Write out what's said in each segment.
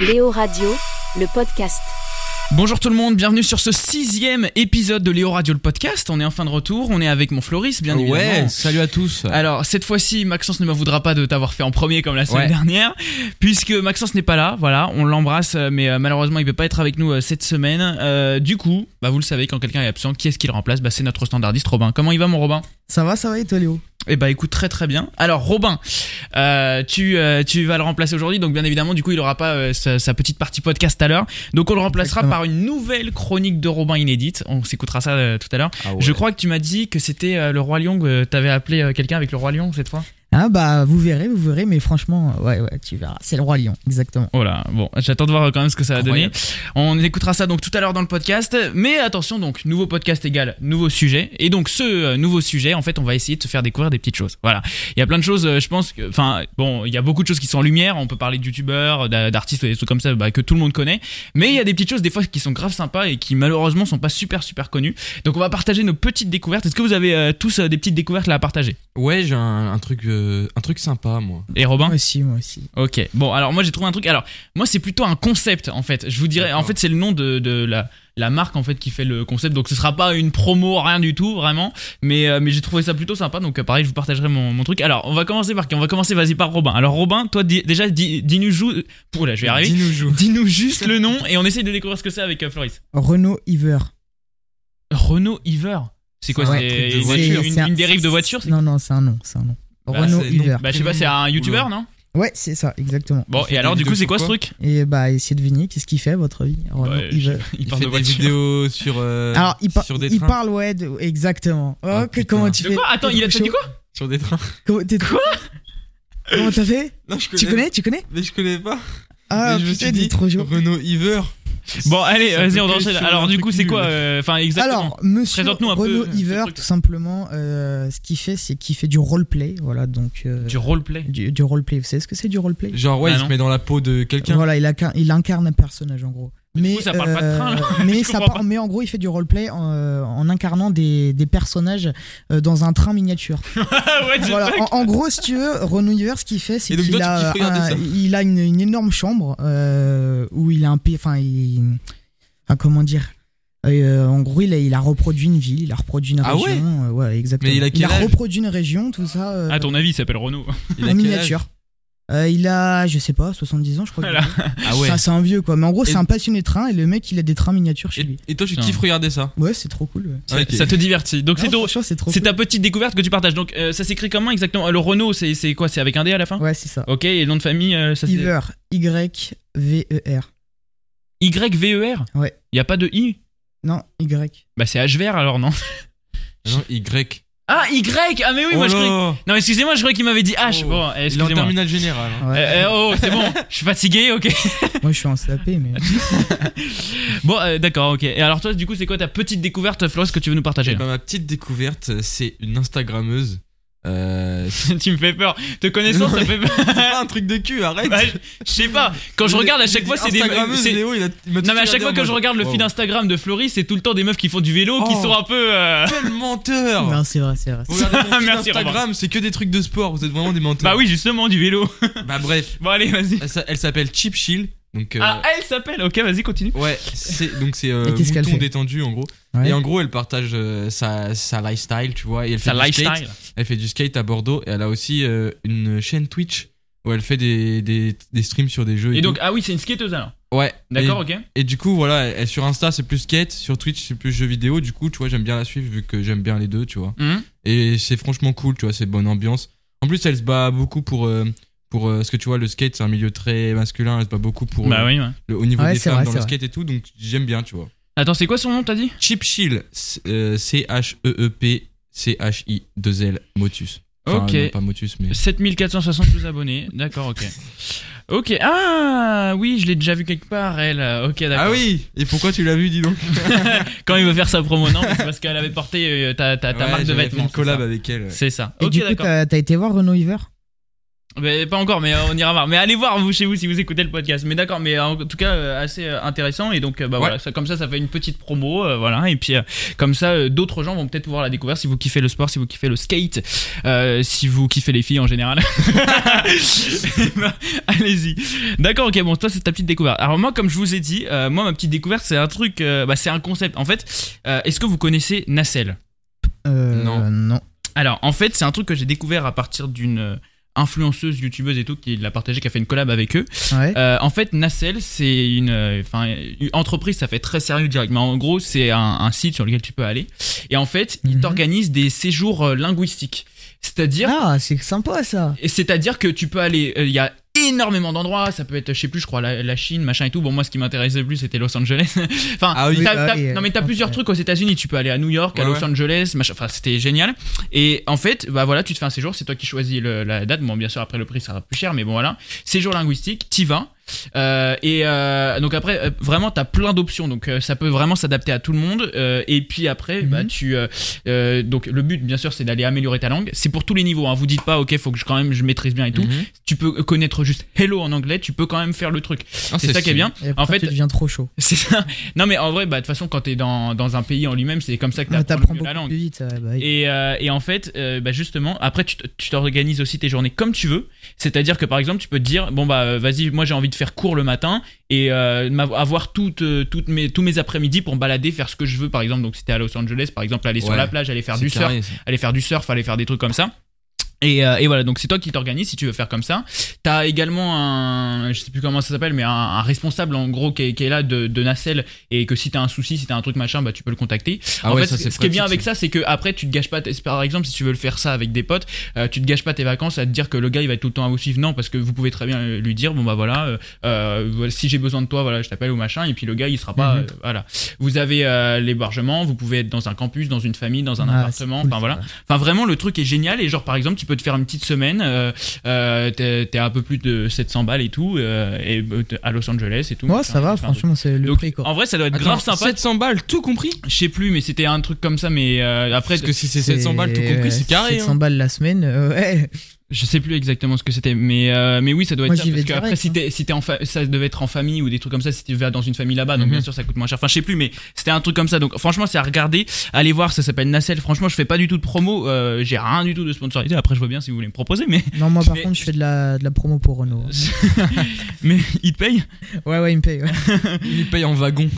Léo Radio, le podcast. Bonjour tout le monde, bienvenue sur ce sixième épisode de Léo Radio le podcast. On est en fin de retour, on est avec mon Floris bien évidemment. Ouais, salut à tous. Alors cette fois-ci, Maxence ne me voudra pas de t'avoir fait en premier comme la semaine Ouais. dernière, puisque Maxence n'est pas là. Voilà, on l'embrasse, mais euh, malheureusement il peut pas être avec nous euh, cette semaine. Euh, du coup, bah vous le savez, quand quelqu'un est absent, qui est-ce qui le remplace Bah c'est notre standardiste Robin. Comment il va mon Robin Ça va, ça va, et toi, Léo Eh bah écoute très très bien. Alors Robin, euh, tu euh, tu vas le remplacer aujourd'hui, donc bien évidemment du coup il aura pas euh, sa, sa petite partie podcast à l'heure, donc on le remplacera Exactement. par une nouvelle chronique de Robin inédite. On s'écoutera ça euh, tout à l'heure. Je crois que tu m'as dit que c'était euh, le roi lion, que t'avais appelé euh, quelqu'un avec le roi lion cette fois. Ah bah, vous verrez, vous verrez, mais franchement, ouais, ouais, tu verras. C'est le roi lion, exactement. Oh là, bon, j'attends de voir euh, quand même ce que ça va donner. Incroyable. On écoutera ça donc tout à l'heure dans le podcast. Mais attention donc, nouveau podcast égale nouveau sujet. Et donc ce euh, nouveau sujet, en fait, on va essayer de se faire découvrir des petites choses. Voilà, il y a plein de choses, euh, je pense, que- enfin, bon, il y a beaucoup de choses qui sont en lumière. On peut parler de youtubeurs, d'a- d'artistes, des trucs comme ça bah, que tout le monde connaît. Mais il y a des petites choses des fois qui sont graves sympas et qui malheureusement sont pas super super connues. Donc on va partager nos petites découvertes. Est-ce que vous avez euh, tous euh, des petites découvertes là à partager Ouais, j'ai un, un truc, euh, un truc sympa, moi. Et Robin Moi aussi, moi aussi. Ok, bon, alors moi j'ai trouvé un truc. Alors, moi c'est plutôt un concept en fait. Je vous dirais, en D'accord. fait, c'est le nom de, de la, la marque en fait qui fait le concept. Donc ce sera pas une promo, rien du tout, vraiment. Mais, euh, mais j'ai trouvé ça plutôt sympa. Donc euh, pareil, je vous partagerai mon, mon truc. Alors, on va commencer par qui On va commencer, vas-y, par Robin. Alors, Robin, toi di- déjà, di- dis-nous jou- Pour là, je vais y arriver. Dis-nous joue. Dis-nous juste le nom et on essaye de découvrir ce que c'est avec euh, Floris. Renault Iver. Renault Iver. C'est quoi Ouais, C'est truc de une- voiture. une, C'est un- une dérive de voiture c'est- Non, non, c'est un nom, c'est un nom. Bah, Renault c'est- non, Iver. Bah, je sais pas, c'est un youtubeur, non Ouais, c'est ça, exactement. Bon, fait et des alors, du coup, vidéos c'est sur quoi ce quoi truc Et bah, essayez de deviner, qu'est-ce qu'il fait, à votre vie Renault Ouais, je sais Iver. pas, Il, parle fait de des voiture. vidéos sur, euh, Alors, il, par- sur des il trains. parle, ouais, de- exactement. Oh, Ah, que, putain. comment tu De fais quoi Attends, il a Chaud. dit quoi Sur des trains. Comment t'es- Quoi Comment t'as fait Non, je Tu connais, tu connais Mais je connais pas. Ah, Mais je me putain, suis il dit est trop chaud. Renault Iver. Bon, allez, Ça vas-y, peut on que enchaîne. sur Alors, un du truc coup, c'est nul. quoi euh, Enfin, exactement. Alors, monsieur Présente-nous un peu euh, Renaud ce Iver, truc. tout simplement, euh, ce qu'il fait, c'est qu'il fait du roleplay. Voilà, donc. euh, du roleplay. du, du roleplay. Vous savez ce que c'est du roleplay Genre, ouais, Ah, il se non. met dans la peau de quelqu'un. Voilà, il, incar- il incarne un personnage en gros. euh, Mais du coup, ça parle pas de train, là. mais, Je ça comprends par- mais en gros, il fait du roleplay en, euh, en incarnant des, des personnages euh, dans un train miniature. Ah ouais, tu- voilà. En, en gros, si tu veux, Renaud Iver, ce qu'il fait, c'est Et donc, qu'il toi, tu a, kiffes regarder un- ça il a une, une énorme chambre euh, où il a un. pi- Enfin, il- enfin, comment dire Euh, en gros, il a, il a reproduit une ville, il a reproduit une Ah région, ouais euh, ouais, exactement. Mais il a quel âge reproduit une région, tout ça. euh, À ton avis, il s'appelle Renault. Il a en quel miniature. Euh, il a, je sais pas, 70 ans, je crois. Voilà. qu'il a. âge Ah ouais. Enfin, c'est un vieux, quoi. Mais en gros, Et- c'est un passionné de train et le mec, il a des trains miniatures chez Et, lui. et toi, tu Putain. Ah, kiffes regarder ça Ouais, c'est trop cool. ouais. Ça- Ok. Ça te divertit. Donc, c'est Non, ton- franchement, c'est trop c'est cool. ta petite découverte que tu partages. Donc, euh, ça s'écrit comment exactement Le Renault, c'est c'est quoi C'est avec un D à la fin Ouais, E c'est ça. Ok, et le nom de famille, euh, ça c'est. Iver, Y-V-E-R. Y-V-E-R Ouais. E Y a pas de I Non, Y. Bah, c'est H vert alors, non Ah Non, Y. Ah, Y Ah, mais oui, oh moi je croyais. là Non, excusez-moi, je croyais qu'il m'avait dit H. Oh. Bon, eh, Il est en excusez-moi. terminale générale. hein. Eh, Ouais. eh, oh, c'est bon, je suis fatigué, ok. Moi, je suis en CAP, mais. Bon, euh, d'accord, ok. Et alors, toi, du coup, c'est quoi ta petite découverte, Floris, que tu veux nous partager Eh là ben, ma petite découverte, c'est une Instagrammeuse. Euh, Eh c'est ben, Tu me fais peur. Te connaissant, Non, ça mais- fait peur. pas un truc de cul, arrête. Bah, je je sais pas. Quand je Mais- regarde à chaque fois, c'est des. Instagrammeuse, c'est- Léo, il a- il m'a tout Non mais à chaque regardé fois en que je mode, regarde le wow. feed Instagram de Floris, c'est tout le temps des meufs qui font du vélo, qui Oh. sont un peu. euh, Quel menteur Non, c'est vrai, c'est vrai. Vous regardez mon feed Merci, Instagram, c'est que des trucs de sport, vous êtes vraiment des menteurs. Bah oui, justement du vélo. Bah bref, Bon allez, vas-y. elle, s'a- elle s'appelle Chip Chill. Donc, euh, Ah elle s'appelle. Ok, vas-y, continue. ouais, c'est donc c'est euh, Et qu'est-ce qu'elle mouton fait détendu en gros. Ouais. Et en gros, elle partage euh, sa, sa lifestyle, tu vois, et elle fait Sa du skate. lifestyle. Elle fait du skate à Bordeaux et elle a aussi euh, une chaîne Twitch où elle fait des, des, des streams sur des jeux. Et, Et donc tout. ah oui, c'est une skateuse alors. ouais. D'accord, Et- ok. Et du coup, voilà, elle- sur Insta, c'est plus skate, sur Twitch, c'est plus jeux vidéo. Du coup, tu vois, j'aime bien la suivre vu que j'aime bien les deux, tu vois. Mhm. Et c'est franchement cool, tu vois, c'est bonne ambiance. En plus, elle se bat beaucoup pour. euh, pour euh, parce que tu vois, le skate, c'est un milieu très masculin, elle se bat beaucoup pour Bah euh, oui. ouais. le haut niveau Ouais, des c'est femmes vrai, dans c'est le vrai. skate et tout, donc j'aime bien, tu vois. Attends, c'est quoi son nom t'as dit Chip Chill, c- euh, C-H-E-E-P. C-H-I-2-L Motus. Enfin, Ok. non, pas Motus, mais. 7472 abonnés. D'accord, ok. Ok. Ah oui, je l'ai déjà vu quelque part elle. Ok, d'accord. Ah oui Et pourquoi tu l'as vu, dis donc Quand il veut faire sa promo, non, mais c'est parce qu'elle avait porté euh, ta, ta, ta Ouais, marque de j'avais fait vêtements. Une c'est collab ça. avec elle. ouais. C'est ça. Et Ok, du coup, d'accord. t'as t'as été voir Renaud Iver Mais pas encore, mais euh, on ira voir. Mais allez voir vous chez vous si vous écoutez le podcast. Mais d'accord, mais euh, en tout cas euh, assez euh, intéressant et donc euh, bah Ouais. voilà, ça, comme ça ça fait une petite promo, euh, voilà. Et puis euh, comme ça euh, d'autres gens vont peut-être pouvoir la découvrir si vous kiffez le sport, si vous kiffez le skate, euh, si vous kiffez les filles en général. Eh ben, Allez-y. D'accord, ok, bon toi c'est ta petite découverte. Alors moi comme je vous ai dit, euh, moi ma petite découverte c'est un truc, euh, bah, c'est un concept. En fait, euh, est-ce que vous connaissez Nacelle Euh, Non. Non. alors, en fait, c'est un truc que j'ai découvert à partir d'une euh, influenceuse, youtubeuse et tout, qui l'a partagé, qui a fait une collab avec eux. Ouais. Euh, en fait, Nacelle, c'est une, euh, enfin, une entreprise, ça fait très sérieux direct. Mais en gros, c'est un, un site sur lequel tu peux aller. Et en fait, ils Mhm. t'organisent des séjours euh, linguistiques. C'est-à-dire, Ah, c'est sympa ça. et c'est-à-dire que tu peux aller, euh, il y a énormément d'endroits, ça peut être, je sais plus, je crois, la, la Chine, machin et tout. Bon, moi, ce qui m'intéressait le plus, c'était Los Angeles. enfin, Ah oui. t'as- Oui, bah t'as- oui, non mais t'as euh, plusieurs ouais. trucs aux États-Unis. Tu peux aller à New York, à Ouais, Los ouais. Angeles, machin. Enfin, c'était génial. Et en fait, bah voilà, tu te fais un séjour, c'est toi qui choisis le- la date. Bon, bien sûr, après le prix, ça sera plus cher, mais bon voilà. Séjour linguistique, t'y vas. Euh, et euh, donc après, euh, vraiment, t'as plein d'options, donc euh, ça peut vraiment s'adapter à tout le monde. Euh, et puis après, bah Mhm. tu, euh, euh, donc le but, bien sûr, c'est d'aller améliorer ta langue. C'est pour tous les niveaux. Hein. Vous dites pas, ok, faut que je quand même je maîtrise bien et tout. Mhm. Tu peux connaître juste hello en anglais, tu peux quand même faire le truc. Ah, c'est ça qui est stylé. bien. Et après, En fait- tu deviens trop chaud. C'est ça. Non, mais en vrai, bah, de toute façon, quand t'es dans, dans un pays en lui-même, c'est comme ça que Ah, Ouais, t'apprends Ah, T'apprends le mieux beaucoup la langue. plus vite. ouais, bah oui. Et, euh, et en fait, euh, bah, justement, après, tu te- tu t'organises aussi tes journées comme tu veux. C'est-à-dire que, par exemple, tu peux te dire, bon, bah, euh, vas-y, moi, j'ai envie de faire court le matin et euh, m'av- avoir toutes, euh, toutes mes, tous mes après-midi pour me balader, faire ce que je veux, par exemple. Donc, si t'es à Los Angeles, par exemple, aller sur Ouais. la plage, aller faire C'est du surf, carré, ça. aller faire du surf, aller faire des trucs comme ça. Et, euh, et voilà, donc c'est toi qui t'organise si tu veux faire comme ça. T'as également un, je sais plus comment ça s'appelle, mais un, un responsable en gros qui est, qui est là de, de nacelle et que si t'as un souci, si t'as un truc machin, bah tu peux le contacter. Ah en ouais, fait, ça, ce c'est ce qui est bien avec pratique, ça, c'est que après tu te gâches pas, tes- par exemple, si tu veux le faire ça avec des potes, euh, tu te gâches pas tes vacances à te dire que le gars il va être tout le temps à vous suivre. Non, parce que vous pouvez très bien euh, lui dire, bon bah voilà, euh, euh, voilà, si j'ai besoin de toi, voilà, je t'appelle ou machin, et puis le gars il sera pas, Mhm. euh, voilà. Vous avez euh, l'hébergement, vous pouvez être dans un campus, dans une famille, dans un Ah, appartement, c'est cool, enfin voilà. ça. Enfin, vraiment, le truc est génial. Et genre, par exemple, tu peux te faire une petite semaine. Euh, euh, t'es t'es à un peu plus de 700 balles et tout. euh, et euh, t'es à Los Angeles et tout. Ouais, ça va, Enfin, franchement, c'est le Donc, prix quoi. En vrai, ça doit être Attends, grave sympa. 700 balles, tout compris Je sais plus, mais c'était un truc comme ça. Mais euh, après, Parce que si c'est 700 balles, tout compris, c'est carré. 700 hein. balles la semaine, euh, ouais. je sais plus exactement ce que c'était. Mais, euh, mais oui, ça doit être Moi, ça. j'y vais Parce que direct, après, si hein. t'es- si t'es en fa- ça devait être en famille ou des trucs comme ça, si tu vas dans une famille là-bas, donc Mhm. bien sûr, ça coûte moins cher. Enfin, je sais plus, mais c'était un truc comme ça. Donc, franchement, c'est à regarder. Allez voir, ça s'appelle Nacelle. Franchement, je fais pas du tout de promo. euh, J'ai rien du tout de sponsorisé. Après, je vois bien si vous voulez me proposer, mais, Non, moi par Mais- Euh, contre, je fais de la, de la promo pour Renault. hein. mais ils te payent. Ouais, ouais, il me paye. ouais. Il paye en wagon.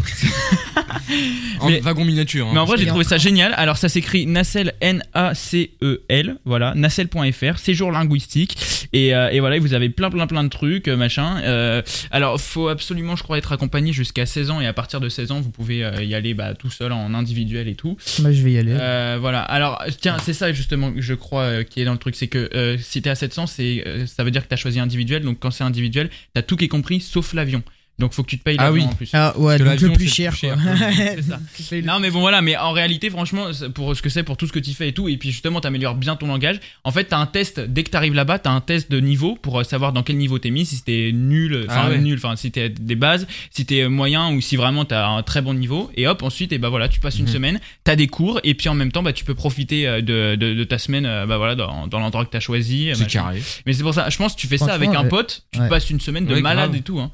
en Mais- wagon miniature. hein. Mais en vrai, parce j'ai qu'il y a trouvé un ça train. génial. Alors, ça s'écrit Nacelle, N-A-C-E-L. E Voilà, nacelle.fr, séjour linguistique. Et, euh, et voilà, vous avez plein, plein, plein de trucs, euh, machin. Euh, alors, faut absolument, je crois, être accompagné jusqu'à 16 ans. Et à partir de 16 ans, vous pouvez euh, y aller bah, tout seul en individuel et tout. Moi, je vais y aller. Euh, voilà. Alors, tiens, c'est ça justement, je crois, euh, qui est dans le truc. C'est que euh, si t'es à 700, c'est, euh, ça veut dire que t'as choisi individuel. Donc, quand c'est individuel, t'as tout qui est compris sauf l'avion. Donc, faut que tu te payes Ah l'avion oui. en plus. Ah Parce que ouais, donc l'avion, le plus c'est cher le plus quoi. cher, C'est ça. Non mais bon voilà mais en réalité franchement c'est- pour ce que c'est pour tout ce que tu fais et tout et puis justement t'améliores bien ton langage en fait t'as un test dès que t'arrives là-bas t'as un test de niveau pour euh, savoir dans quel niveau t'es mis si t'es nul enfin Ah ouais. nul enfin si t'es des bases si t'es moyen ou si vraiment t'as un très bon niveau et hop ensuite et bah voilà tu passes une Mhm. semaine t'as des cours et puis en même temps bah tu peux profiter euh, de, de, de ta semaine euh, bah voilà dans, dans l'endroit que t'as choisi euh, C'est machin. carré. mais c'est pour ça je pense que tu fais ça avec Franchement, un ouais. pote tu Ouais. passes une semaine de Ouais, malade grave. et tout hein.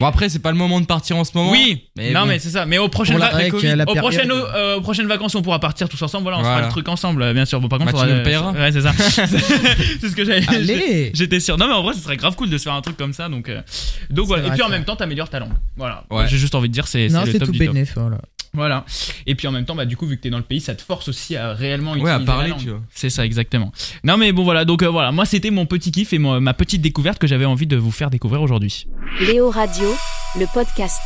Bon, après, c'est pas le moment de partir en ce moment. Oui, Mais non bon. mais c'est ça. Mais aux prochaines, la va- règle, aux prochaines- la aux, période. prochaines, euh, aux prochaines vacances, on pourra partir tous ensemble. Voilà, on fera Voilà. le truc ensemble, euh, bien sûr. Bon, par contre, Bah, faudra- tu nous le payeras. Ouais, c'est ça. c'est ce que j'avais. Allez J'étais sûr. Non mais en vrai, ce serait grave cool de se faire un truc comme ça. Donc, euh, donc voilà. Et vrai, puis en c'est même temps, t'améliores ta langue. Voilà. Ouais. J'ai juste envie de dire, c'est Non, c'est c'est le top tout du top. bénéf, voilà. Voilà. Et puis en même temps, bah du coup, vu que t'es dans le pays, ça te force aussi à réellement Ouais, utiliser à la parler, langue. tu vois. C'est ça, exactement. Non mais bon voilà. Donc euh, voilà, moi c'était mon petit kiff et mon- ma petite découverte que j'avais envie de vous faire découvrir aujourd'hui. Léo Radio, le podcast.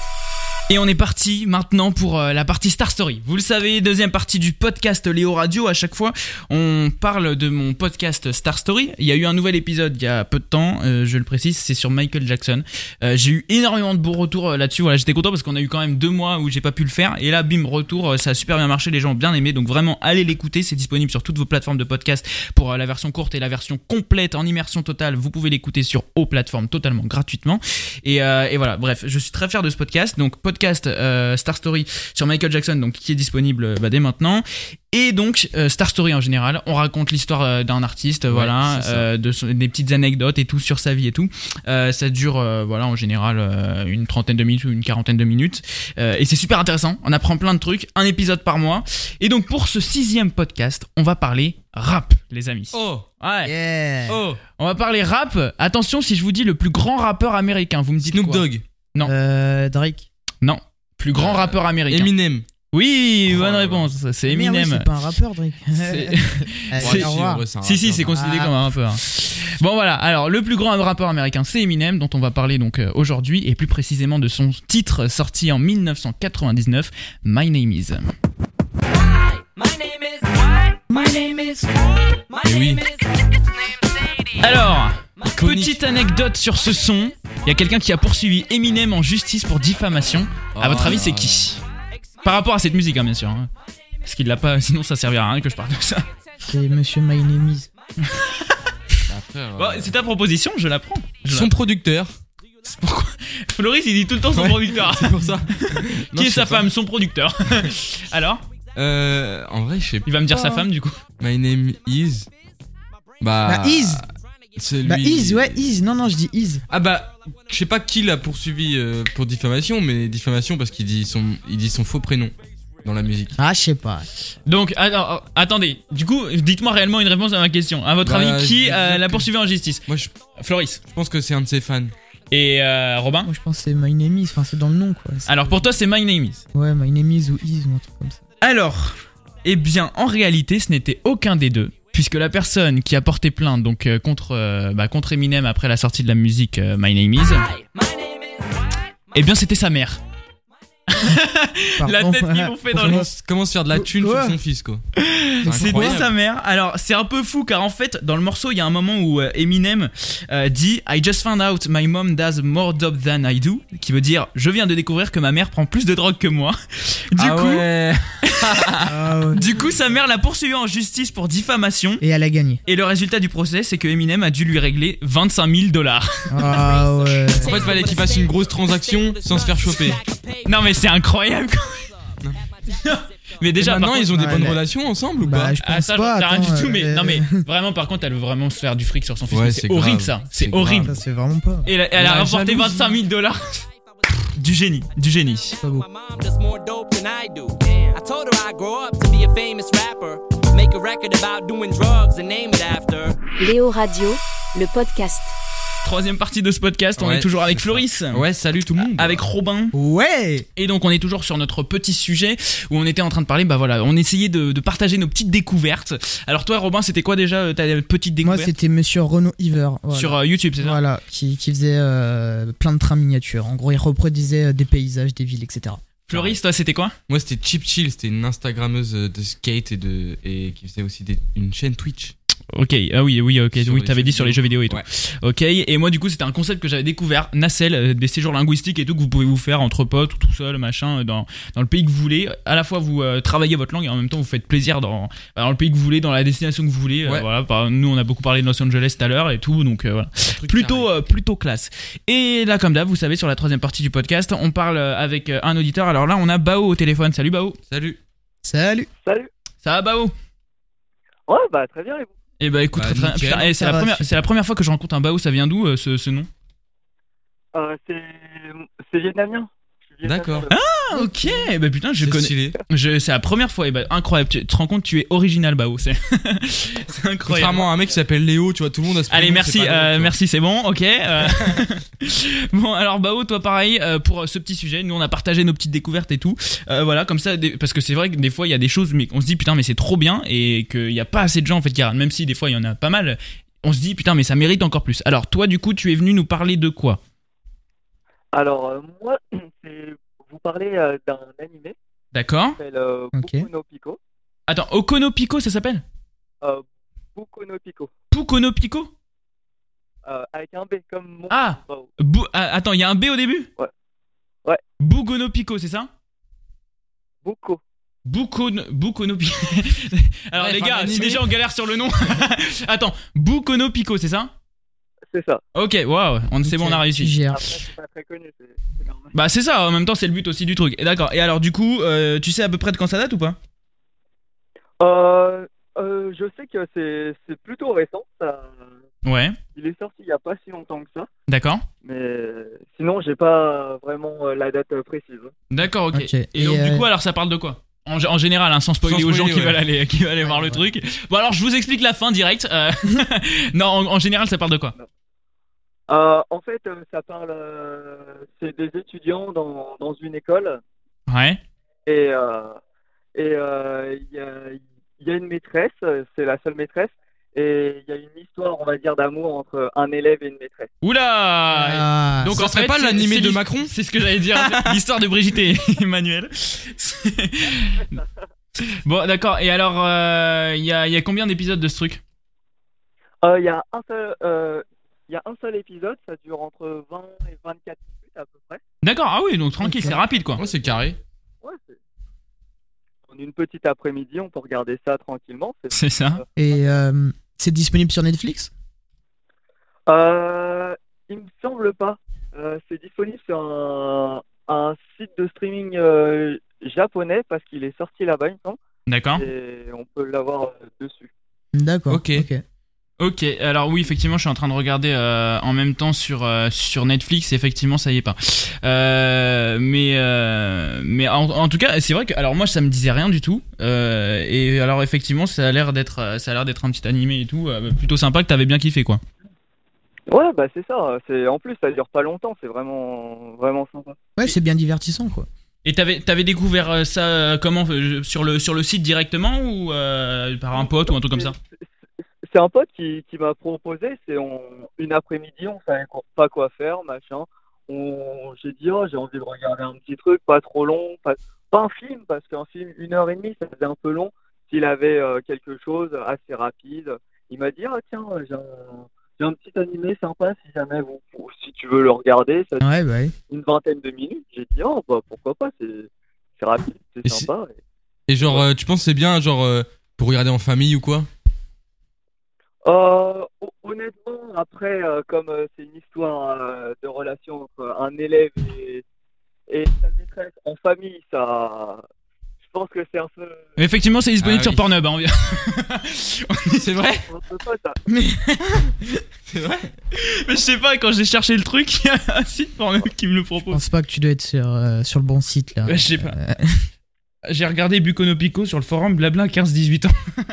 Et on est parti maintenant pour euh, la partie Star Story. Vous le savez, deuxième partie du podcast Léo Radio. À chaque fois, on parle de mon podcast Star Story. Il y a eu un nouvel épisode il y a peu de temps, euh, je le précise, c'est sur Michael Jackson. Euh, j'ai eu énormément de bons retours euh, là-dessus. Voilà, j'étais content parce qu'on a eu quand même deux mois où j'ai pas pu le faire. Et là, bim, retour, euh, ça a super bien marché. Les gens ont bien aimé. Donc vraiment, allez l'écouter. C'est disponible sur toutes vos plateformes de podcast pour euh, la version courte et la version complète en immersion totale. Vous pouvez l'écouter sur aux plateformes totalement gratuitement. Et, euh, et voilà, bref, je suis très fier de ce podcast. Donc, podcast euh, Star Story sur Michael Jackson, donc qui est disponible euh, bah, dès maintenant. Et donc euh, Star Story en général, on raconte l'histoire euh, d'un artiste, voilà, c'est ça. euh, de son- des petites anecdotes et tout sur sa vie et tout. Euh, ça dure, euh, voilà, en général euh, une trentaine de minutes ou une quarantaine de minutes. Euh, et c'est super intéressant. On apprend plein de trucs, un épisode par mois. Et donc pour ce sixième podcast, on va parler rap, les amis. Oh Ouais. Yeah. Oh On va parler rap. Attention, si je vous dis le plus grand rappeur américain, vous me dites Snoop quoi Dogg, non. Euh, Drake. Plus grand Euh, rappeur américain. Eminem. Oui, Oh. bonne réponse. C'est Merde, oui, Eminem. c'est pas un rappeur, Drake. C'est- Allez, C'est- au revoir. en vrai, c'est un si si, rappeur. c'est considéré Ah. comme un rappeur. Bon voilà. Alors le plus grand rappeur américain, c'est Eminem, dont on va parler donc euh, aujourd'hui et plus précisément de son titre sorti en 1999, My Name Is. My name is what? My name is what? My Eh oui. name is Alors, Iconique. petite anecdote sur ce son. Il y a quelqu'un qui a poursuivi Eminem en justice pour diffamation. À votre Ah. avis, c'est qui Par rapport à cette musique, hein, bien sûr. hein. Parce qu'il l'a pas, sinon ça servira à rien que je parle de ça. C'est Monsieur My Name Is. Après, euh, Bon, c'est ta proposition, je la prends. Je la- Son producteur. Floris, il dit tout le temps son Ouais. producteur. C'est pour ça. Non, Qui est je sais sa pas. femme Son producteur. Alors Euh, en vrai, je sais pas. Il va me dire sa femme du coup. My name is. Bah. Bah, Ah, Is. Celui... Bah, Is, ouais, Is. Non, non, je dis Is. Ah bah, je sais pas qui l'a poursuivi euh, pour diffamation, mais diffamation parce qu'il dit son, il dit son faux prénom dans la musique. Ah, je sais pas. Donc, alors, euh, attendez. Du coup, dites-moi réellement une réponse à ma question. À votre Bah, avis, qui je- euh, je- l'a poursuivi en justice Moi, je, Floris. je pense que c'est un de ses fans. Et euh, Robin Moi, je pense que c'est My Name Is. Enfin, c'est dans le nom, quoi. C'est- Alors pour toi, c'est My Name Is. Ouais, My Name Is ou Is ou un truc comme ça. Alors, eh bien, en réalité, ce n'était aucun des deux, puisque la personne qui a porté plainte donc euh, contre euh, bah, contre Eminem après la sortie de la musique euh, My Name Is, My name is eh bien, c'était sa mère. La Pardon. tête qu'ils m'ont fait dans le Comment, comment se faire de la thune Ah Quoi sur son fils, quoi C'était incroyable. sa mère. Alors, c'est un peu fou car en fait, dans le morceau, il y a un moment où euh, Eminem euh, dit I just found out my mom does more dope than I do, qui veut dire je viens de découvrir que ma mère prend plus de drogue que moi. Du Ah coup, ouais. Ah, ouais. du coup, sa mère l'a poursuivi en justice pour diffamation. Et elle a gagné. Et le résultat du procès, c'est que Eminem a dû lui régler 25 000 dollars. Ah ouais. En fait, fallait qu'il fasse une grosse transaction sans se faire choper. Non mais c'est incroyable. mais Et déjà, par maintenant, contre- ils ont des Ouais, bonnes mais- relations ensemble ou Bah, pas je pense Ah, ça, j'en pas. sais rien attends, du tout. Mais euh, non mais vraiment, par contre, elle veut vraiment se faire du fric sur son fils. Ouais, mais c'est c'est horrible grave. ça. C'est C'est horrible. ah, Ça, c'est vraiment pas. Et la- elle a La rapporté jalousie. 25 000 dollars. Du génie, du génie. Pas beau. My mom does more dope than I do. I told her I grow up to be a famous rapper. Make a record about doing drugs and name it after. Léo Radio, le podcast. Troisième partie de ce podcast, on Ouais, est toujours avec c'est Floris. Ouais, salut tout le monde. Avec Robin. Ouais! Et donc on est toujours sur notre petit sujet où on était en train de parler, bah voilà, on essayait de, de partager nos petites découvertes. Alors toi Robin, c'était quoi déjà euh, ta petite Moi, découverte c'était Monsieur Renaud Iver. Voilà. sur euh, YouTube, c'est ça Voilà, qui, qui faisait euh, plein de trains miniatures. En gros, il reproduisait euh, des paysages, des villes, etc. Floris, toi c'était quoi Moi, c'était Chip Chill, c'était une Instagrammeuse de skate et, de, et qui faisait aussi des- une chaîne Twitch. Ok, ah oui, oui, ok, Sur oui, les t'avais jeux dit sur les jeux vidéo et tout. Ouais. Ok, et moi du coup c'était un concept que j'avais découvert, Nacelle, euh, des séjours linguistiques et tout que vous pouvez vous faire entre potes ou tout seul, machin, euh, dans, dans le pays que vous voulez. À la fois vous euh, travaillez votre langue et en même temps vous faites plaisir dans, dans le pays que vous voulez, dans la destination que vous voulez. Euh, Ouais. voilà, par- nous on a beaucoup parlé de Los Angeles tout à l'heure et tout, donc euh, voilà. Un truc Plutôt, euh, plutôt classe. Et là comme d'hab, vous savez, sur la troisième partie du podcast, on parle euh, avec euh, un auditeur. Alors là on a Bao au téléphone. Salut Bao. carré. Salut. Salut! Salut. Ça va Bao Ouais, bah très bien. Eh Et vous ben écoute, Bah, très, très- nickel. putain, eh, c'est Ça la, va, première- super. c'est la première fois que je rencontre un Bao, ça vient d'où euh, ce- ce nom Euh, c'est c'est vietnamien. Je suis vietnamien, D'accord. de- Ah, ok, eh ben putain, je C'est connais. stylé. je- C'est la première fois, eh ben, incroyable. Tu te rends compte, tu es original, Bao. C'est c'est incroyable. Contrairement à un mec qui s'appelle Léo, tu vois, tout le monde a ce Allez, prénom, merci, c'est pas euh, drôle, tu vois. merci, c'est bon, ok. euh. bon, alors Bao, toi pareil, euh, pour euh, ce petit sujet, nous on a partagé nos petites découvertes et tout. Euh, voilà, comme ça, des- parce que c'est vrai que des fois il y a des choses, mais on se dit putain, mais c'est trop bien et qu'il n'y a pas assez de gens en fait qui regardent, même si des fois il y en a pas mal. On se dit putain, mais ça mérite encore plus. Alors toi, du coup, tu es venu nous parler de quoi Alors euh, moi, c'est vous parlez euh, d'un animé qui D'accord s'appelle euh, Ok. Boku no Pico. Attends, Okono Pico, ça s'appelle Euh, Boku no Pico Pukono Pico Euh, avec un B comme mon. Ah Wow. Bou- ah, attends, il y a un B au début Ouais. Ouais. Bougono Pico, c'est ça Boku. Boukono, Boukono Pico. Alors Bref, les un gars, si animé. déjà on galère sur le nom. attends, Boukono Pico, c'est ça c'est ça. Ok, waouh, on c'est bon, on a Tu réussi. gères. Après, c'est pas très connu, c'est c'est normal. Bah c'est ça, en même temps c'est le but aussi du truc. Et d'accord, et alors du coup, euh, tu sais à peu près de quand ça date ou pas Euh, euh, je sais que c'est c'est plutôt récent. ça- Ouais, Il est sorti il n'y a pas si longtemps que ça. d'accord. Mais sinon, j'ai pas vraiment euh, la date euh, précise. D'accord, ok. Ok. Et, Et, donc du euh, coup, alors ça parle de quoi en, en général, hein, sans spoiler Sans aux gens spoiler, qui ouais. veulent aller, qui veulent aller voir le Ouais, truc. Bon alors je vous explique la fin direct. euh, non, en, en général ça parle de quoi Euh, en fait, euh, ça parle. euh, c'est des étudiants dans, dans une école Ouais, et euh, et euh, il y, a, il y a une maîtresse. euh, C'est la seule maîtresse et il y a une histoire, on va dire, d'amour entre un élève et une maîtresse. Oula Ah, Donc ça en serait fait, pas c'est- l'animé c'est de l'his- Macron C'est ce que j'allais dire. L'histoire de Brigitte et Emmanuel. bon, d'accord. Et alors, euh, il y, a, il y a combien d'épisodes de ce truc Euh, Il y a un seul. euh, il y a un seul épisode, ça dure entre 20 et 24 minutes à peu près. D'accord. Ah oui, donc tranquille, Ok. c'est rapide quoi. Ouais, c'est carré. Ouais, c'est- en une petite après-midi, on peut regarder ça tranquillement. C'est C'est ça. Et euh, c'est disponible sur Netflix Euh, il me semble pas. Euh, c'est disponible sur un, un site de streaming euh, japonais parce qu'il est sorti là-bas, il me semble, D'accord. et on peut l'avoir euh, dessus. D'accord. Ok. Ok. Alors oui, effectivement, je suis en train de regarder euh, en même temps sur euh, sur Netflix. Effectivement, ça y est pas. Euh, mais euh, mais en, en tout cas, c'est vrai que alors moi, ça me disait rien du tout. Euh, et alors effectivement, ça a l'air d'être euh, ça a l'air d'être un petit animé et tout, euh, plutôt sympa que t'avais bien kiffé quoi. Ouais, bah c'est ça. C'est en plus, ça dure pas longtemps. C'est vraiment, vraiment sympa. Ouais, c'est bien divertissant quoi. Et t'avais t'avais découvert euh, ça euh, comment euh, sur le sur le site directement ou euh, par un pote ou un truc comme ça C'est- c'est- C'est un pote qui, qui m'a proposé. C'est on- une après-midi, on savait quoi- pas quoi faire, machin. On, j'ai dit oh, j'ai envie de regarder un petit truc, pas trop long, pas, pas un film parce qu'un film une heure et demie, ça faisait un peu long. S'il avait euh, quelque chose assez rapide, il m'a dit ah tiens j'ai un, j'ai un petit animé sympa si jamais vous ou si tu veux le regarder, ça Ouais, bah ouais. une vingtaine de minutes. J'ai dit oh bah pourquoi pas, c'est, c'est rapide, Et c'est c'est- sympa. Et genre, euh, tu penses que c'est bien, genre, euh, pour regarder en famille ou quoi Euh, hon- honnêtement, après, euh, comme euh, c'est une histoire euh, de relation entre un élève et, et sa maîtresse en famille, ça, je pense que c'est un peu, Effectivement, c'est disponible Ah sur oui. Pornhub. hein, on vient- C'est vrai un peu pas ça. C'est vrai Mais je sais pas quand j'ai cherché le truc, il y a un site Pornhub qui me le Je propose. pense pas que tu dois être sur, euh, sur le bon site là. Ouais, je sais pas. Euh, J'ai regardé Bucono Pico sur le forum blabla 15-18 ans.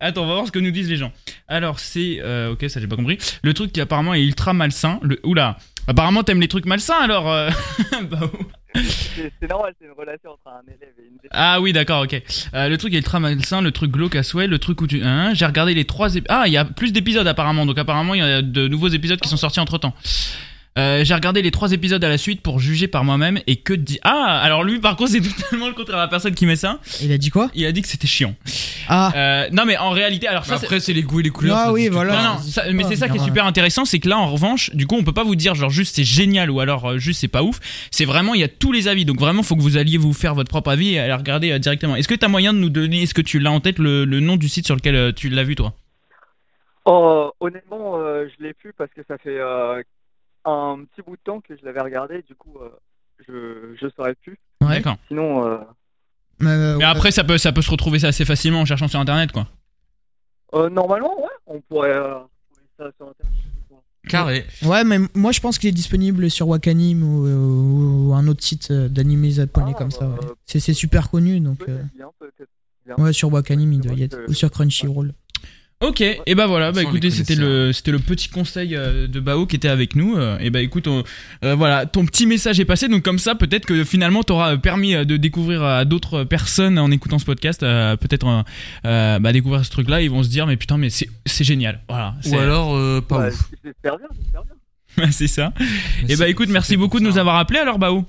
Attends, on va voir ce que nous disent les gens. Alors, c'est. euh, ok, ça j'ai pas compris. Le truc qui apparemment est ultra malsain. Le, oula Apparemment, t'aimes les trucs malsains alors euh, bah, ouais. C'est, c'est normal, c'est une relation entre un élève et une maîtresse. Ah oui, d'accord, ok. Euh, le truc ultra malsain, le truc glauque à souhait, le truc où tu. Hein, J'ai regardé les trois épisodes. Ah, il y a plus d'épisodes apparemment, donc apparemment il y a de nouveaux épisodes qui sont sortis entre temps. J'ai regardé les trois épisodes à la suite pour juger par moi-même et que dit. Ah, alors lui par contre c'est totalement le contraire à la personne qui met ça. Il a dit quoi Il a dit que c'était chiant. Ah, Euh, non mais en réalité, alors ça. c'est- Après, c'est les goûts et les couleurs. Ah ça oui, discute voilà. pas. non, non, je ça- sais mais pas, c'est ça qui est genre, super intéressant, c'est que là en revanche, du coup on peut pas vous dire genre juste c'est génial ou alors euh, juste c'est pas ouf, c'est vraiment il y a tous les avis, donc vraiment faut que vous alliez vous faire votre propre avis et aller regarder euh, directement. Est-ce que t'as moyen de nous donner, est-ce que tu l'as en tête le, le nom du site sur lequel euh, tu l'as vu toi Oh, honnêtement, euh, je l'ai plus parce que ça fait euh, un petit bout de temps que je l'avais regardé, du coup, euh, je, je saurais plus. Ouais. D'accord. Sinon, euh, euh, Mais ouais. après ça peut, ça peut se retrouver ça assez facilement en cherchant sur internet quoi. euh, normalement, ouais, on pourrait euh, trouver ça sur internet. Carré. Ouais, mais moi je pense qu'il est disponible sur Wakanim ou, euh, ou- ou un autre site euh, d'animé japonais Ah, comme ça. bah, ouais. euh, C'est c'est super connu donc. euh, Peut-être bien, peut-être bien. Ouais, sur Wakanim il C'est doit y vrai être. que- Ou sur Crunchyroll. Ok, et bah voilà, bah Sans les écoutez, c'était le, c'était le petit conseil euh, de Bao qui était avec nous. euh, et bah écoute, on- euh, voilà, ton petit message est passé, donc comme ça, peut-être que finalement, t'auras permis euh, de découvrir à d'autres euh, personnes en écoutant ce podcast, euh, peut-être euh, euh, bah, découvrir ce truc-là, ils vont se dire, mais putain, mais c'est c'est génial. Voilà, Ou c'est alors, euh, pas Ouais, ouf. bah, J'espère bien, j'espère bien. c'est ça. Mais Et bah c'est- écoute, c'est merci fait beaucoup pour de nous ça. avoir appelé alors, Bao.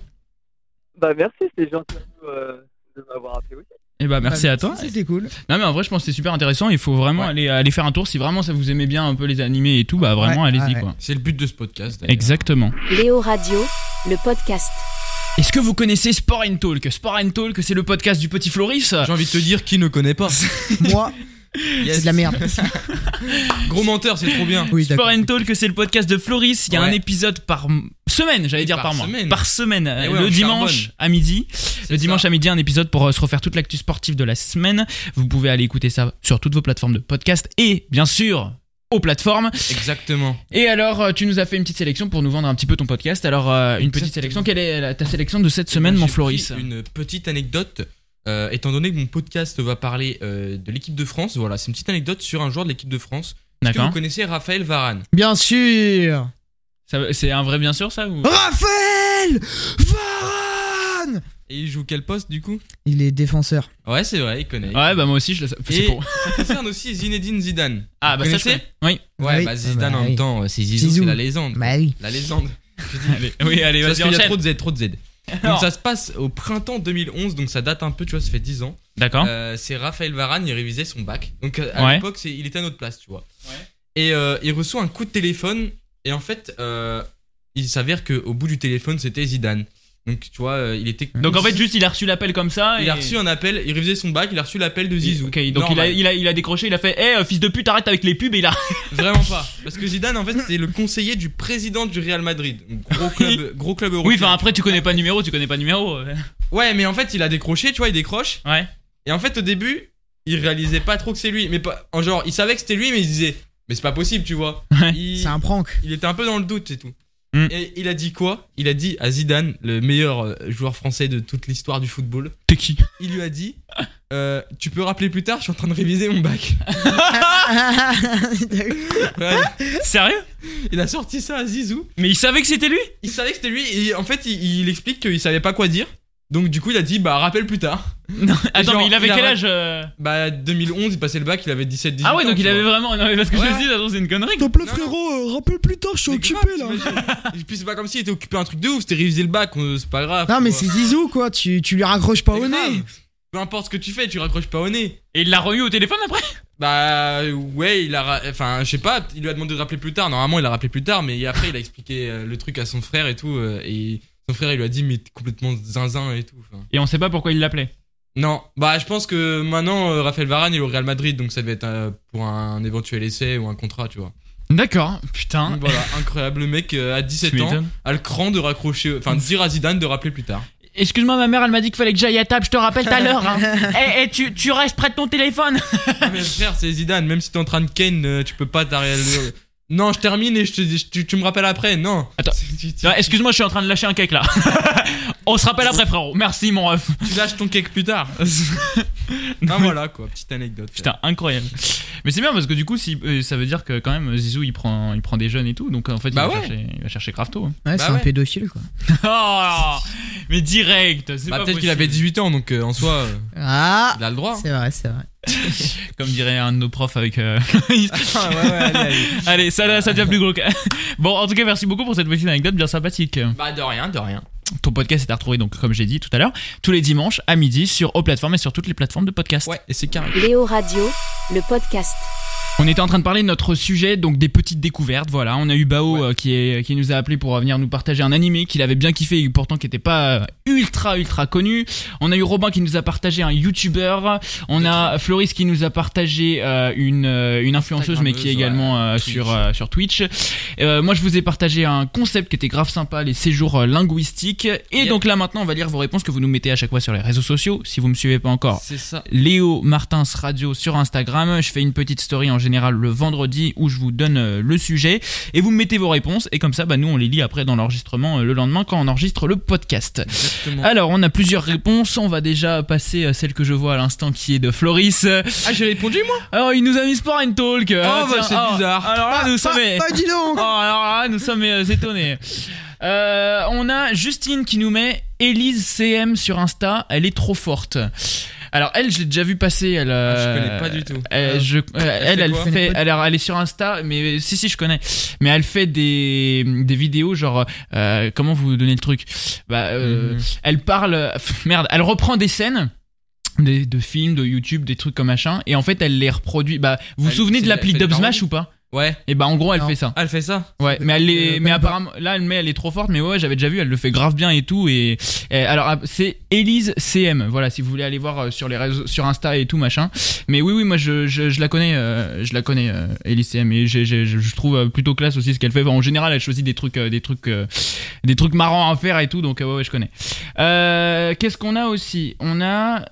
Bah merci, c'est gentil à vous, euh, de m'avoir appelé aussi. Et bah merci Bah, à toi. C'était cool. Non mais en vrai, je pense que c'est super intéressant, il faut vraiment Ouais. aller, aller faire un tour si vraiment ça vous aimait bien un peu les animés et tout, bah vraiment, Ouais, allez-y ouais, quoi. C'est le but de ce podcast. d'ailleurs. Exactement. Léo Radio, le podcast. Est-ce que vous connaissez Sport and Talk Sport and Talk, c'est le podcast du petit Floris J'ai envie de te dire qui ne connaît pas. Moi, C'est de la merde. Gros menteur, c'est trop bien. Oui, Sport d'accord. and Talk, c'est le podcast de Floris. Il y a Ouais. un épisode par m- semaine, j'allais Oui, dire par par, mois. semaine. Par semaine. Eh Euh, ouais, le on dimanche charbonne. à midi. Le dimanche à midi, un épisode pour euh, se refaire toute l'actu sportive de la semaine. Vous pouvez aller écouter ça sur toutes vos plateformes de podcast et, bien sûr, aux plateformes. Exactement. Et alors, euh, tu nous as fait une petite sélection pour nous vendre un petit peu ton podcast. Alors, euh, une petite Exactement. sélection. Quelle est la- ta sélection de cette semaine, Eh ben, mon j'ai Floris pris Une petite anecdote. Euh, étant donné que mon podcast va parler euh, de l'équipe de France, voilà, c'est une petite anecdote sur un joueur de l'équipe de France. Est-ce que vous D'accord. connaissez Raphaël Varane Bien sûr Ça- C'est un vrai bien sûr, ça Oh ou... Raphaël Varane Et il joue quel poste du coup Il est défenseur. Ouais, c'est vrai, il connaît. Ouais, bah moi aussi, je le sais. C'est Et- pour. Ça concerne aussi Zinedine Zidane. Ah, bah ça, connaissez c'est. Oui. Ouais, Oui. bah Zidane Ah, bah, en même oui. temps, c'est Zizou, Zizou. c'est la légende. Bah oui. La légende. Allez, oui, allez, vas-y, Parce qu'il y a enchaîne. trop de Z, trop de Z. Donc Alors. ça se passe au printemps 2011, donc ça date un peu, tu vois, ça fait 10 ans. D'accord. Euh, c'est Raphaël Varane, il révisait son bac. Donc euh, à Hein Ouais. l'époque, c'est- il était à notre place, tu vois. Et euh, il reçoit un coup de téléphone. Et en fait, euh, il s'avère qu'au bout du téléphone, c'était Zidane. Donc tu vois, euh, il était. Donc en fait, juste, il a reçu l'appel comme ça. il et- a reçu un appel, il révisait son bac, il a reçu l'appel de Zizou. Ok, donc il a, Normal. il, a, il a décroché, il a fait Eh, fils de pute, arrête avec les pubs et il a. Vraiment pas. Parce que Zidane, en fait, c'est le conseiller du président du Real Madrid. Donc, Gros club, gros club européen. Oui, enfin après, tu connais pas le numéro, tu connais pas le numéro. euh. Ouais, mais en fait, il a décroché, tu vois, il décroche. Ouais. Et en fait, au début, il réalisait pas trop que c'est lui. Mais pas, en genre, il savait que c'était lui, mais il disait, mais c'est pas possible, tu vois. Ouais. Il, C'est un prank. il était un peu dans le doute et tout. Mm. Et il a dit quoi Il a dit à Zidane, le meilleur euh, joueur français de toute l'histoire du football, T'es qui il lui a dit, euh, tu peux rappeler plus tard, je suis en train de réviser mon bac. Ouais. Sérieux il a sorti ça à Zizou. Mais il savait que c'était lui Il savait que c'était lui. Et en fait, il, il explique qu'il savait pas quoi dire. Donc du coup, il a dit, bah rappelle plus tard. Non, attends, genre, mais il avait il a quel ra- âge euh Bah 2011, il passait le bac, il avait 17-18 Ah ouais, ans, donc tu il avait vois. vraiment. Non, mais parce que je Ouais. me suis dit, attends, c'est une connerie. T'en plaît Non, non. euh, rappelle plus tard, je Mais grave, t'imagines. Et puis c'est pas comme s'il était occupé à un truc de ouf, c'était réviser le bac, on- c'est pas grave. Non, mais quoi. c'est Zizou, quoi. Tu, tu lui raccroches pas C'est au grave. nez. Peu importe ce que tu fais, tu raccroches pas au nez. Et il l'a remis au téléphone après Bah ouais, il a. ra- Enfin, je sais pas, il lui a demandé de rappeler plus tard. Normalement, il a rappelé plus tard, mais après, il a expliqué euh, le truc à son frère et tout. euh, Et son frère, il lui a dit, mais t'es complètement zinzin et tout. enfin. Et on sait pas pourquoi il l'appelait. Non, bah je pense que maintenant, euh, Raphaël Varane, il est au Real Madrid, donc ça devait être euh, pour un éventuel essai ou un contrat, tu vois. D'accord, putain. Donc voilà, incroyable, le mec euh, à 17 Ah. Tu ans m'étonnes. a le cran de raccrocher. Enfin, de dire à Zidane de rappeler plus tard. Excuse-moi, ma mère, elle m'a dit qu'il fallait que j'aille à table, je te rappelle tout à l'heure. hein. Eh, eh, tu, tu restes près de ton téléphone. Ah, mais frère, c'est Zidane, même si t'es en train de Kane, euh, tu peux pas t'arrêter. Non, je termine et je te, je- tu, tu me rappelles après, non. Attends. Tu, tu- Non, Excuse-moi, je suis en train de lâcher un cake là. on se rappelle après, frérot. Merci, mon ref. tu lâches ton cake plus tard. Ah voilà quoi, petite anecdote. Bah, Putain, incroyable. Mais c'est bien parce que du coup, si, euh, ça veut dire que quand même Zizou il prend, il prend des jeunes et tout, donc en fait il, Bah va ouais. chercher, il va chercher Crafto. hein. Bah Ouais, c'est un ouais. pédophile, quoi. Oh, mais direct, c'est Bah, pas peut-être qu'il possible. avait 18 ans, donc euh, en soi, euh, Ah il a le droit. hein. C'est vrai, c'est vrai. Comme dirait un de nos profs avec. euh, Ah, ouais, ouais, allez, allez. Allez, ça, là, ça devient plus gros. que- bon, en tout cas, merci beaucoup pour cette petite anecdote bien sympathique. Bah de rien, de rien. Ton podcast est à retrouver, donc comme j'ai dit tout à l'heure, tous les dimanches à midi sur aux plateformes et sur toutes les plateformes de podcast. Ouais, et c'est carré. Léo Radio, le podcast. On était en train de parler de notre sujet, donc des petites découvertes. Voilà, on a eu Bao Ouais. euh, qui, est, qui nous a appelé pour venir nous partager un animé qu'il avait bien kiffé et pourtant qui n'était pas euh, ultra ultra connu. On a eu Robin qui nous a partagé un YouTuber. On a Floris qui nous a partagé euh, une, euh, une influenceuse mais qui est également euh, Twitch. sur, euh, sur Twitch. Euh, moi je vous ai partagé un concept qui était grave sympa, les séjours euh, linguistiques. Et Yep. donc là maintenant on va lire vos réponses que vous nous mettez à chaque fois sur les réseaux sociaux. Si vous me suivez pas encore, C'est ça. Léo Martins Radio sur Instagram. Je fais une petite story en général le vendredi où je vous donne euh, le sujet et vous me mettez vos réponses et comme ça bah, nous on les lit après dans l'enregistrement euh, le lendemain quand on enregistre le podcast. Exactement. Alors on a plusieurs réponses, on va déjà passer à celle que je vois à l'instant qui est de Floris. Ah, j'ai répondu moi Alors il nous a mis Sport and Talk. Oh bah, c'est bizarre. Alors là nous sommes... Ah, dis donc Oh, alors là, nous sommes euh, étonnés. Euh, on a Justine qui nous met Elise CM sur Insta, elle est trop forte. Alors elle, je l'ai déjà vue passer. Elle, Ah, euh, Je connais pas du tout. Ah. euh, je- euh, elle, fait elle quoi fait, alors elle est sur Insta, mais euh, si si je connais, mais elle fait des, des vidéos genre euh, comment vous donner le truc, bah euh, Mhm. elle parle, pff, merde, elle reprend des scènes. des- de films, de YouTube, des trucs comme machin, et en fait elle les reproduit. Bah, vous vous Elle- souvenez de c'est- l'appli elle fait des Dub Smash parodies ou pas Ouais. Et bah en gros, elle Non. fait ça. Ah, elle fait ça Ouais, mais elle est, Euh, mais Belle apparemment, là, elle, mais elle est trop forte, mais ouais, j'avais déjà vu, elle le fait grave bien et tout. Et, et alors, ah, c'est Elise CM. Voilà, si vous voulez aller voir euh, sur les réseaux, sur Insta et tout machin. Mais oui, oui, moi, je, je, je la connais, euh, je la connais, euh, Elise CM. Et j'ai- j'ai- je je trouve euh, plutôt classe aussi ce qu'elle fait. Enfin, en général, elle choisit des trucs, euh, des trucs, euh, des trucs marrants à faire et tout. Donc, euh, ouais, ouais, je connais. Euh, Qu'est-ce qu'on a aussi On a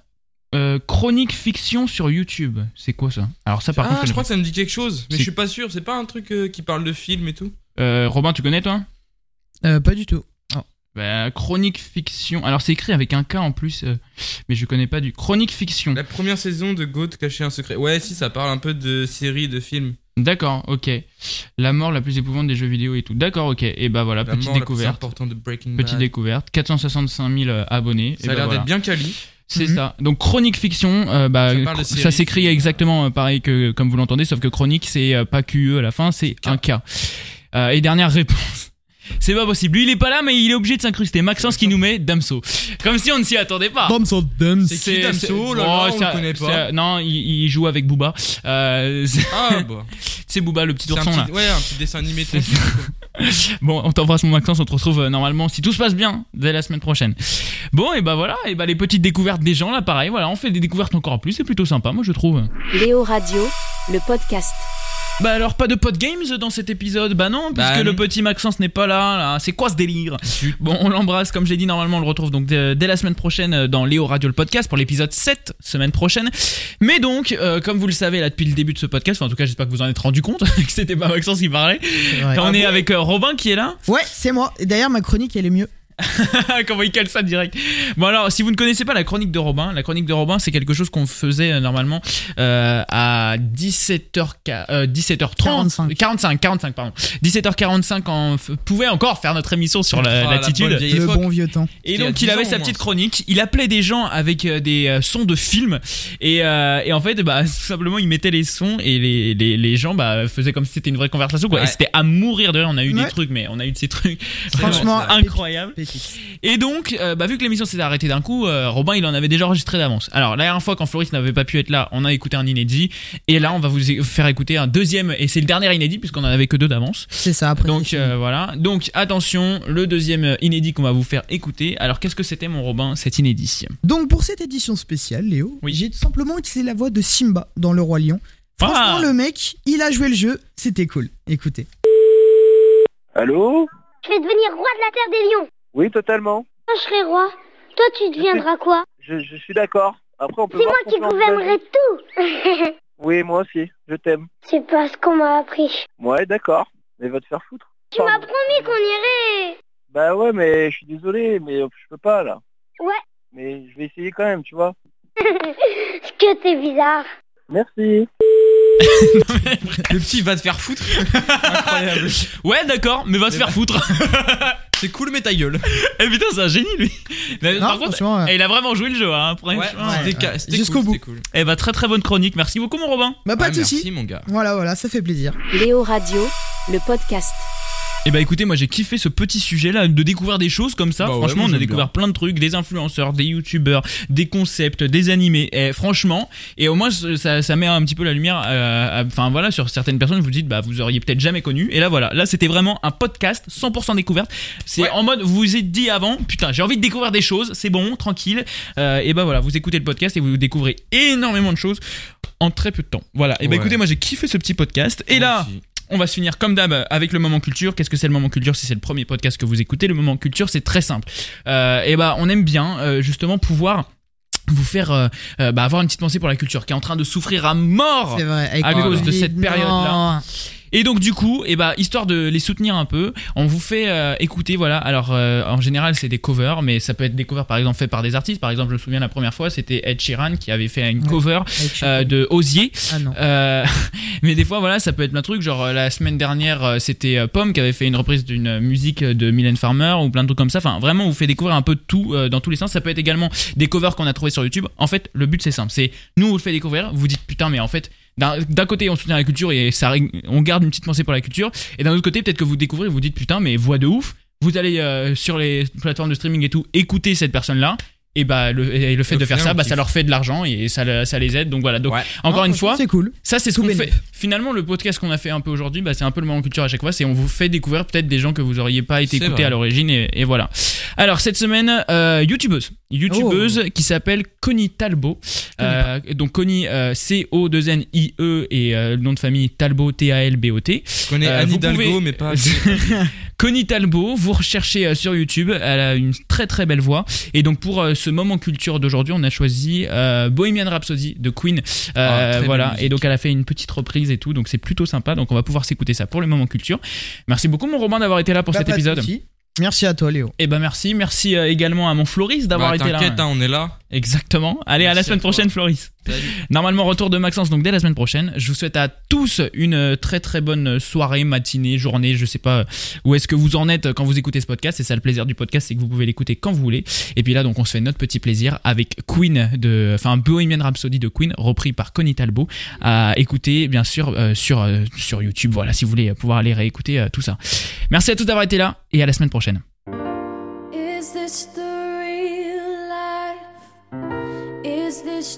euh, chronique fiction sur YouTube. C'est quoi ça Alors ça, par Ah, contre, je je crois que ça me dit quelque chose, mais C'est- je suis pas sûr. C'est pas un truc euh, qui parle de film et tout euh, Robin, tu connais toi Euh, pas du tout. Bah, chronique fiction. Alors c'est écrit avec un K en plus, euh, mais je connais pas du. Chronique fiction. La première saison de Goat cacher un secret. Ouais, si, ça parle un peu de séries, de films. D'accord, ok. La mort la plus épouvante des jeux vidéo et tout. D'accord, ok. Et bah voilà, La petite mort la plus découverte. importante de Breaking Petite Bad. découverte. 465 000 euh, abonnés. Ça Et a bah l'air voilà. d'être bien quali. C'est Mhm. ça. Donc chronique fiction, euh, bah, Ça parle de cro- ça séries, s'écrit films. exactement euh, pareil que comme vous l'entendez, sauf que chronique c'est euh, pas QE à la fin, c'est un K. Euh, et dernière réponse. C'est pas possible. Lui il est pas là, mais il est obligé de s'incruster. Maxence qui nous met Damso. Comme si on ne s'y attendait pas. Bombs or Ah. C'est qui Damso, là, là, on c'est- le connaît pas. c'est- Non, il, il joue avec Booba. Euh, c'est- Ah, bah. c'est Booba, le petit C'est un ourson là. petit, ouais, un petit dessin animé. C'est tranquille, quoi. Bon, on t'embrasse mon Maxence, on te retrouve euh, normalement si tout se passe bien dès la semaine prochaine. Bon, et bah voilà, et bah les petites découvertes des gens là, pareil, voilà, on fait des découvertes encore en plus, c'est plutôt sympa, moi je trouve. Léo Radio, le podcast. Bah alors pas de pod games dans cet épisode, bah non, Bah puisque non. le petit Maxence n'est pas là, là. c'est quoi ce délire Zut. Bon, on l'embrasse, comme j'ai dit, normalement on le retrouve donc dès, dès la semaine prochaine euh, dans Léo Radio le podcast pour l'épisode 7, semaine prochaine. Mais donc, euh, comme vous le savez là depuis le début de ce podcast, enfin, en tout cas j'espère que vous en êtes rendu compte, que c'était pas Maxence qui parlait, Ah on est avec euh, Robin qui est là. Ouais, c'est moi. Et D'ailleurs, ma chronique, elle est mieux. Ah, Comment il cale ça direct Bon alors, si vous ne connaissez pas la chronique de Robin, la chronique de Robin, c'est quelque chose qu'on faisait euh, normalement euh, à 17h, euh, 17h30, 45. 45, 45, pardon, 17h45, on f- pouvait encore faire notre émission sur la- Ah, la l'attitude. bonne vieille le époque. bon vieux temps. et il y a donc 10 il avait ans, sa au moins. petite chronique, il appelait des gens avec euh, des euh, sons de films et, euh, et en fait bah, tout simplement il mettait les sons et les, les, les gens bah, faisaient comme si c'était une vraie conversation quoi. Ouais. Et c'était à mourir de rire, on a eu Ouais. des trucs mais on a eu de ces trucs Franchement, vraiment incroyables. Pépite. Et donc, euh, bah, vu que l'émission s'est arrêtée d'un coup, euh, Robin il en avait déjà enregistré d'avance. Alors la dernière fois quand Floris n'avait pas pu être là, on a écouté un inédit et là on va vous é- faire écouter un deuxième et c'est le dernier inédit puisqu'on en avait que deux d'avance. C'est ça, après. Donc c'est fini. euh, voilà. Donc attention, le deuxième euh, inédit qu'on va vous faire écouter. Alors qu'est-ce que c'était mon Robin cet inédit Donc, pour cette édition spéciale, Léo, Oui. j'ai tout simplement utilisé la voix de Simba dans Le Roi Lion. Franchement, Ah le mec, il a joué le jeu. C'était cool. Écoutez. Allô Je vais devenir roi de la terre des lions. Oui, totalement. Quand je serai roi, toi tu deviendras quoi Je, je suis d'accord. Après, on peut C'est voir moi ce qui qu'on peut envisager. gouvernerai tout. Oui, moi aussi. Je t'aime. C'est pas ce qu'on m'a appris. Ouais, d'accord. Mais va te faire foutre. Tu m'as Pardon. promis qu'on irait. Bah ouais, mais je suis désolé, mais je peux pas, là. Ouais. Mais je vais essayer quand même, tu vois. Ce que t'es bizarre. Merci. Le petit va te faire foutre. Incroyable. Ouais, d'accord, mais va se Mais faire bah- foutre. C'est cool, mais ta gueule. Eh putain, c'est un génie lui. Mais Non, par contre, franchement, euh, eh, il a vraiment joué le jeu. Hein, Ouais, franchement. c'était ca- c'était Jusqu'au cool, bout. c'était cool. Eh bah très très bonne chronique. Merci beaucoup mon Robin. bah, pas Ah, de Merci, soucis. mon gars. Voilà, voilà, ça fait plaisir. Léo Radio, le podcast. Eh bah écoutez, moi j'ai kiffé ce petit sujet là, de découvrir des choses comme ça. Bah ouais, franchement, moi, on a j'aime découvert plein de trucs, des influenceurs, des youtubeurs, des concepts, des animés. Eh, franchement, et au moins ça, ça met un petit peu la lumière, euh, à- enfin voilà, sur certaines personnes, vous dites, bah vous auriez peut-être jamais connu. Et là voilà, là c'était vraiment un podcast 100% découverte. C'est Ouais. en mode, vous vous êtes dit avant, putain, j'ai envie de découvrir des choses, c'est bon, tranquille. Euh, et bah voilà, vous écoutez le podcast et vous découvrez énormément de choses en très peu de temps. Voilà, et bah Ouais. écoutez, moi j'ai kiffé ce petit podcast. Et Moi là... aussi. On va se finir comme d'hab avec le moment culture. Qu'est-ce que c'est le moment culture Si c'est le premier podcast que vous écoutez, le moment culture, c'est très simple. Euh, et bah, on aime bien euh, justement pouvoir vous faire euh, euh, bah, avoir une petite pensée pour la culture qui est en train de souffrir à mort. C'est vrai. avec À le cause de Covid, cette période-là. non. Et donc du coup, et bah, histoire de les soutenir un peu, on vous fait euh, écouter, voilà. Alors euh, en général, c'est des covers, mais ça peut être des covers par exemple faits par des artistes. Par exemple, je me souviens la première fois, c'était Ed Sheeran qui avait fait une Ouais. cover Avec- euh, de Osier. Ah non. Euh, mais des fois, voilà, ça peut être plein de trucs. Genre, euh, la semaine dernière, euh, c'était euh, Pomme qui avait fait une reprise d'une euh, musique euh, de Mylène Farmer ou plein de trucs comme ça. Enfin, vraiment, on vous fait découvrir un peu de tout euh, dans tous les sens. Ça peut être également des covers qu'on a trouvé sur YouTube. En fait, le but, c'est simple. C'est nous, on vous le fait découvrir. Vous dites putain, mais en fait, d'un d'un côté, on soutient la culture et ça, ré- on garde une petite pensée pour la culture. Et d'un autre côté, peut-être que vous découvrez, vous dites putain, mais voix de ouf. Vous allez euh, sur les plateformes de streaming et tout, écouter cette personne-là. et bah le, et le fait Et au de faire final, ça, on bah, kiffe. ça leur fait de l'argent et ça, le- ça les aide. Donc voilà. Donc Ouais. encore Non, une franchement, fois, C'est cool. ça c'est ce Tout qu'on fait. bénef. Finalement, le podcast qu'on a fait un peu aujourd'hui, bah, c'est un peu le moment culture à chaque fois. C'est on vous fait découvrir peut-être des gens que vous auriez pas été C'est écoutés vrai. à l'origine et, et voilà. Alors cette semaine, euh, youtubeuse, youtubeuse qui s'appelle Connie Talbot. Euh, donc Connie C O 2 N I E et euh, le nom de famille Talbot T A L B O T. Je connais Euh, Anne vous Hidalgo, pouvez- mais pas. Connie Talbot, vous recherchez euh, sur YouTube, elle a une très très belle voix. Et donc pour euh, ce moment culture d'aujourd'hui, on a choisi euh, Bohemian Rhapsody de Queen. Ah, très Euh, belle voilà, musique. et donc elle a fait une petite reprise et tout, donc c'est plutôt sympa. Donc on va pouvoir s'écouter ça pour le moment culture. Merci beaucoup mon Robin d'avoir été là pour Bah, cet pas de épisode. souci. Merci à toi, Léo. Et ben merci, merci euh, également à mon Floris d'avoir Bah, été là. T'inquiète, hein, on est là. Exactement. Allez, à la Merci semaine à toi. prochaine Floris. Normalement, retour de Maxence, donc dès la semaine prochaine. Je vous souhaite à tous une euh, très très bonne soirée, matinée, journée. Je sais pas euh, où est-ce que vous en êtes euh, quand vous écoutez ce podcast. C'est ça le plaisir du podcast, c'est que vous pouvez l'écouter quand vous voulez. Et puis là, donc, on se fait notre petit plaisir avec Queen, de, enfin Bohemian Rhapsody de Queen, repris par Connie Talbot, à écouter bien sûr euh, sur, euh, sur YouTube. Voilà, si vous voulez pouvoir aller réécouter euh, tout ça. Merci à tous d'avoir été là et à la semaine prochaine. Is this the real life? Is this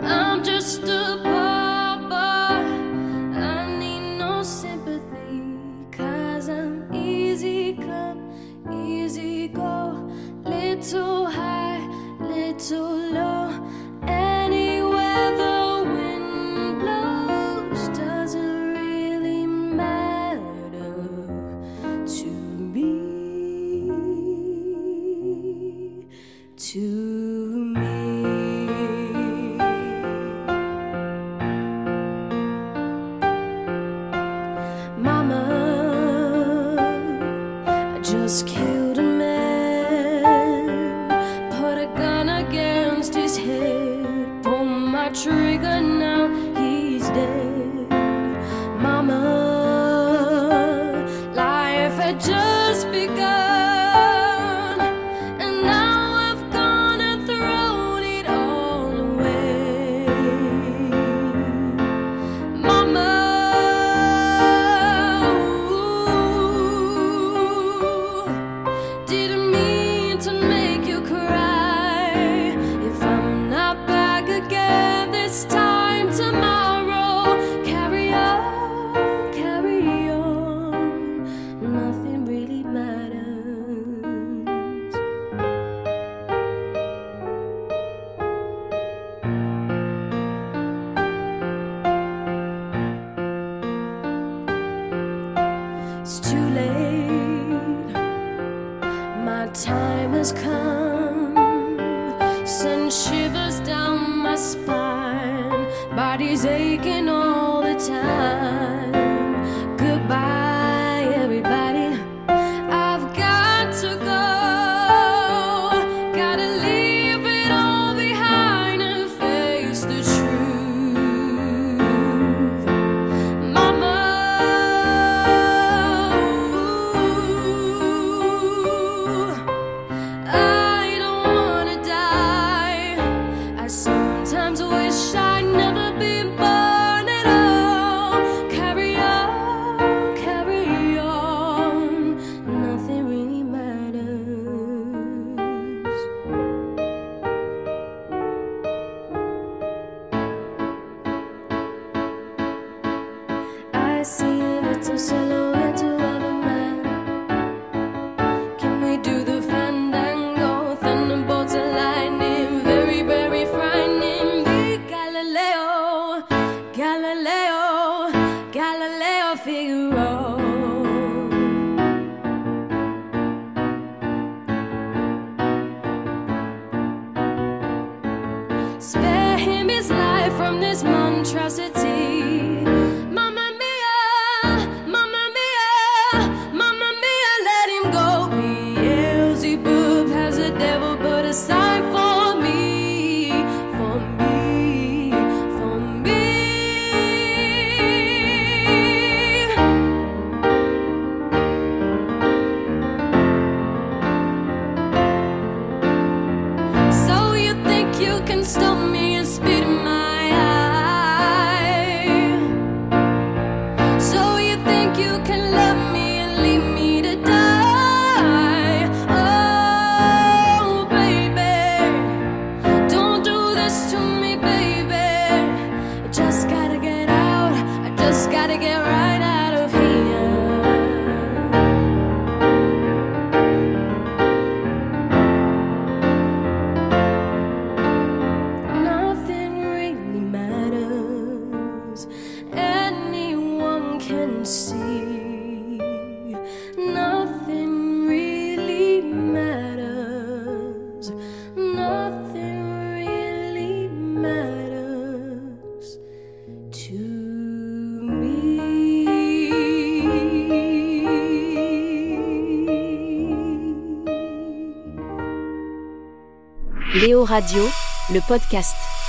I'm just a poor boy. I need no sympathy. Cause I'm easy come, easy go. Little high, little low. Anywhere the wind blows doesn't really matter to me to me. Mama, I just killed a man, put a gun against his head, pull my trigger, now he's dead. Mama, life had just begun. And now I've gone and thrown it all away. Mama, didn't mean to make you cry. If I'm not back again this time tomorrow, carry on, carry on. Nothing really matters. It's too late. My time has come. Send shivers down my spine. Body's aching all the time. Goodbye, everybody. I've got to go. Gotta leave it all behind and face the truth. Mama, I don't wanna die. I sometimes wish I'd never been born at all. Carry on, carry on. Nothing really matters. I see a little silhouette of a man. Can we do the fandango? Thunderbolts and lightning, very, very frightening. The Galileo, Galileo, Galileo Figaro. Spare him his life from this monstrosity. Mamma mia, mamma Oh, just gotta get right out of here. Nothing really matters. Anyone can see. Nothing really matters. Nothing really matters to me. Léo Radio, le podcast.